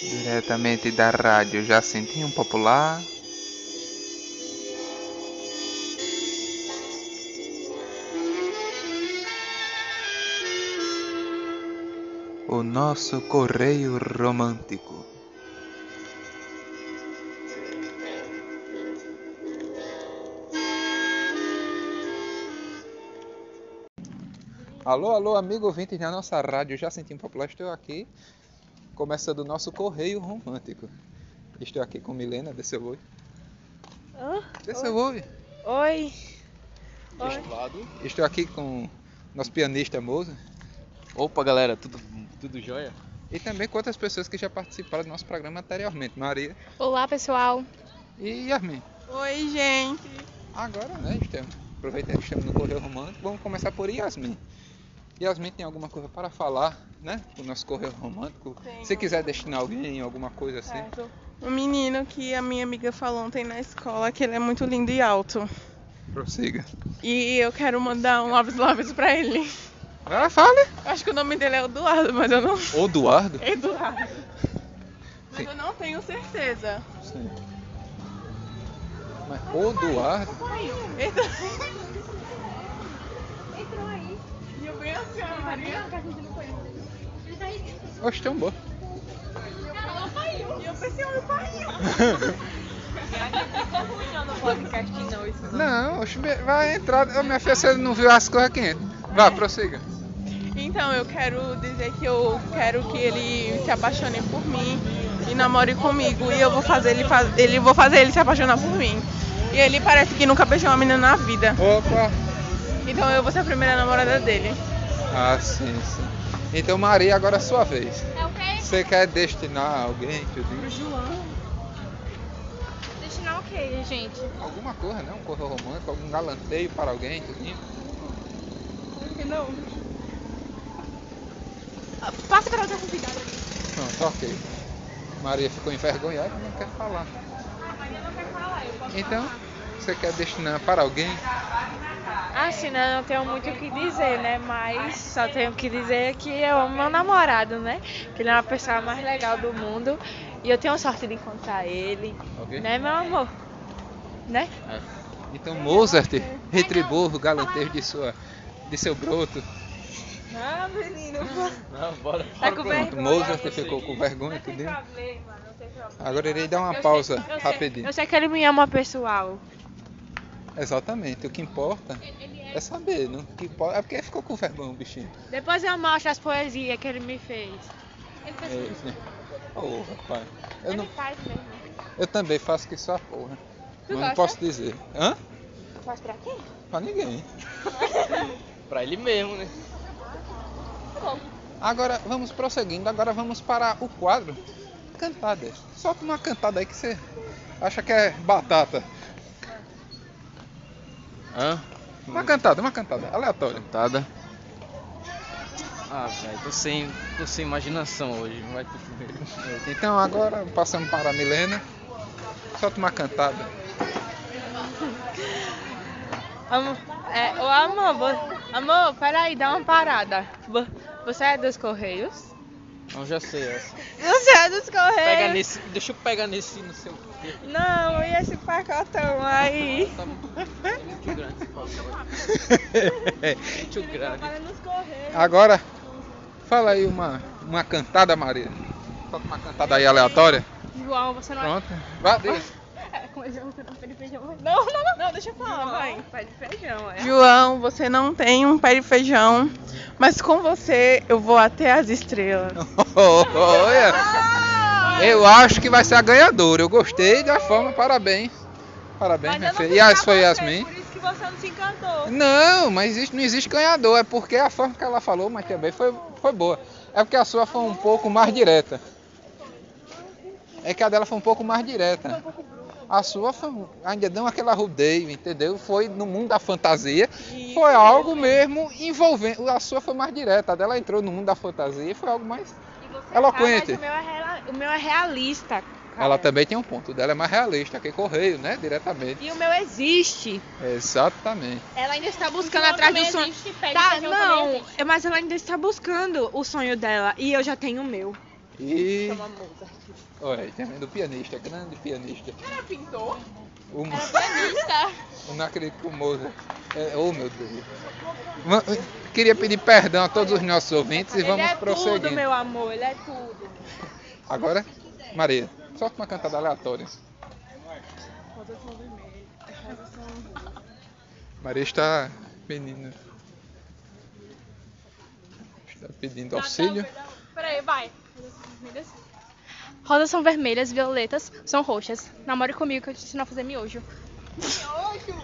diretamente da rádio Jacintinho Popular. O nosso correio romântico. Alô, alô, amigo ouvinte da nossa rádio Jacintinho Popular, estou aqui começando o nosso correio romântico. Estou aqui com Milena, dê seu oi. Hã? Dê seu oi. Oi. Oi. Deste lado. Estou aqui com nosso pianista Moza Opa, galera, tudo, tudo jóia? e também com outras pessoas que já participaram do nosso programa anteriormente, Maria Olá, pessoal. e Yasmin. Oi, gente. Agora, né, estamos, aproveitando que estamos no correio romântico, vamos começar por Yasmin. Yasmin tem alguma coisa para falar, né, do nosso correio romântico? Tenho. É. Se quiser destinar alguém, alguma coisa assim. O menino que a minha amiga falou ontem na escola que ele é muito lindo e alto. Prossiga. E eu quero mandar um loves loves pra ele. Ah, fale. Acho que o nome dele é Eduardo, mas eu não. Ô, Eduardo. Eduardo. Sim. Mas eu não tenho certeza. Sim. Mas o Eduardo... Edu- Entrou aí. E eu venho assim, Ana Maria. que a gente não conhece. Ele tá aí. Oxe, tão um bom. Ela caiu. E eu pensei, um olha o pai. Não, oxe, be- vai entrar. Ô, Minha filha, se ele não viu as coisas, quem entra? Vá, prossiga. Então, eu quero dizer que eu quero que ele se apaixone por mim e namore comigo. E eu vou fazer ele, fa- ele, vou fazer ele se apaixonar por mim. E ele parece que nunca beijou uma menina na vida. Opa. Então eu vou ser a primeira namorada dele. Ah, sim, sim. Então, Maria, agora é a sua vez. É o quê? Você quer destinar alguém, que eu digo? Destinar o quê, gente? Alguma coisa, né? Um corpo romântico, algum galanteio para alguém, tudinho. Não. Passa para outra convidada. Pronto, ok. Maria ficou envergonhada e não quer falar. Então, você quer destinar para alguém? Ah, Assim, né, não tenho muito o que dizer, né? Mas só tenho que dizer que eu amo meu namorado, né? Que ele é uma pessoa mais legal do mundo. E eu tenho sorte de encontrar ele, Ok? né, meu amor? Né? Então, Mozart retribua o galanteio de, sua, de seu broto. Ah, menino, Não, bora. É tá com Pronto, vergonha. Mozart ficou com vergonha, tudinho. Agora irei dar uma pausa rapidinho. Eu sei que ele me ama, pessoal. Exatamente, o que importa é saber, não? O que importa- É porque ficou com vergonha o bichinho. Depois eu mostro as poesias que ele me fez. É isso, né? Ô, rapaz. Eu, ele não, faz mesmo. eu também faço que só a porra. Mas Tu não gosta? posso dizer. Hã? Faz pra quem? Pra ninguém. Pra ele mesmo, né? Agora vamos prosseguindo, agora vamos para o quadro. Cantada. Solta uma cantada aí que você acha que é batata. Hã? Uma cantada, uma cantada, aleatória. Cantada. Ah, velho, tô sem, tô sem imaginação hoje. Vai pro primeiro. Então agora passamos para a Milena. Solta uma cantada. Amor, é, ô, amor, vo- amor, peraí, dá uma parada. Vo- Você é dos Correios? Não, já sei essa. Você é dos Correios? Pega nesse. Deixa eu pegar nesse no seu. Não, e esse pacotão aí? Tá muito grande esse papel. Muito grande. Agora, fala aí uma, uma cantada, Maria. Solta uma cantada aí aleatória. João, você não Pronto. Vá, diga. Não, não, não. Não, deixa eu falar, vai. Pé de feijão, é. João, você não tem um pé de feijão, mas com você eu vou até as estrelas. Olha. Eu acho que vai ser a ganhadora. Eu gostei da forma, parabém. Parabéns, minha filha. E as foi Yasmin? Por isso que você não se encantou. Não, mas isso não existe ganhador. É porque a forma que ela falou, mas também foi, foi boa. É porque a sua foi um pouco mais direta. É que a dela foi um pouco mais direta. A sua foi, um, ainda deu aquela rodeio, entendeu? Foi no mundo da fantasia. Foi algo mesmo envolvendo. A sua foi mais direta. A dela entrou no mundo da fantasia e foi algo mais. Eloquente. Ah, mas o meu é reala- o meu é realista. cara. Ela também tem um ponto. O dela é mais realista, que correio, né? Diretamente. E o meu existe. Exatamente. Ela ainda está buscando atrás do sonho. assim. Tá, não, é- mas ela ainda está buscando o sonho dela. E eu já tenho o meu. E. Chama Mozart. Olha, tá vendo o pianista, grande pianista. Era pintor? O, Pianista. eu não Um acredito que o Mozart. É, oh meu Deus. Va- Queria pedir perdão a todos os nossos ouvintes e vamos ele é prosseguindo. tudo, meu amor, ele é tudo. Agora, Maria, solta uma cantada aleatória. Maria está pedindo. Está Tá, pedindo um auxílio. um Peraí, vai. Rosas são vermelhas, violetas são roxas. Namore comigo que eu te ensino a fazer miojo. Miojo?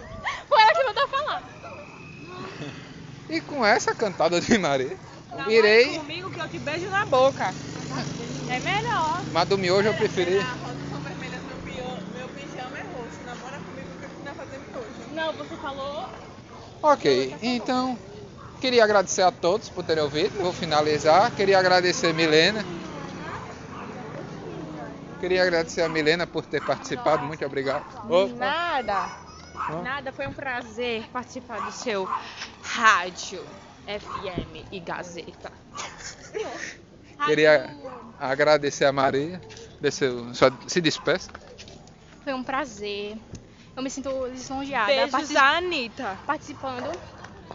Foi ela que mandou falar. E com essa cantada de Maria, Namora irei. comigo que eu te beijo na boca. É melhor. Mas do miojo eu preferi. Era rosa são vermelhas, meu, pio- meu pijama é roxo. Namora comigo que eu te ensino a fazer miojo. Não, você falou. Ok, então queria agradecer a todos por terem ouvido. Vou finalizar. Queria agradecer a Milena. Queria agradecer a Milena por ter participado. Muito obrigado. Opa. Nada. Hã? Nada, foi um prazer participar do seu rádio FM e Gazeta. Queria agradecer a Maria. Desse, só se despeça. Foi um prazer. Eu me sinto lisonjeada Beijos partici- da Anitta. participando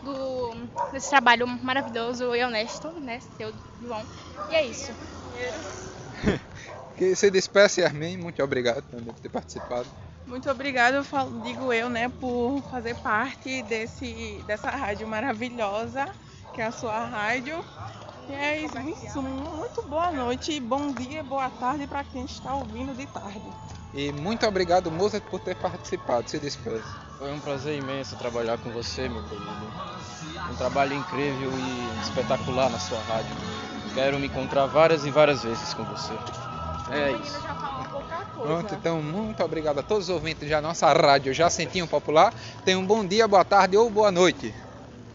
do, desse trabalho maravilhoso e honesto, né? Seu João. E é isso. Que se despeça, Armin. Muito obrigado também por ter participado. Muito obrigada, eu falo- digo eu, né, por fazer parte desse, dessa rádio maravilhosa, que é a sua rádio. E é isso, isso, muito boa noite, bom dia, boa tarde para quem está ouvindo de tarde. E muito obrigado, Mozart, por ter participado. Se despeça. Foi um prazer imenso trabalhar com você, meu querido. Um trabalho incrível e espetacular na sua rádio. Quero me encontrar várias e várias vezes com você. É isso. Pronto, então muito obrigado a todos os ouvintes da nossa rádio Jacentinho Popular. Tenham um bom dia, boa tarde ou boa noite.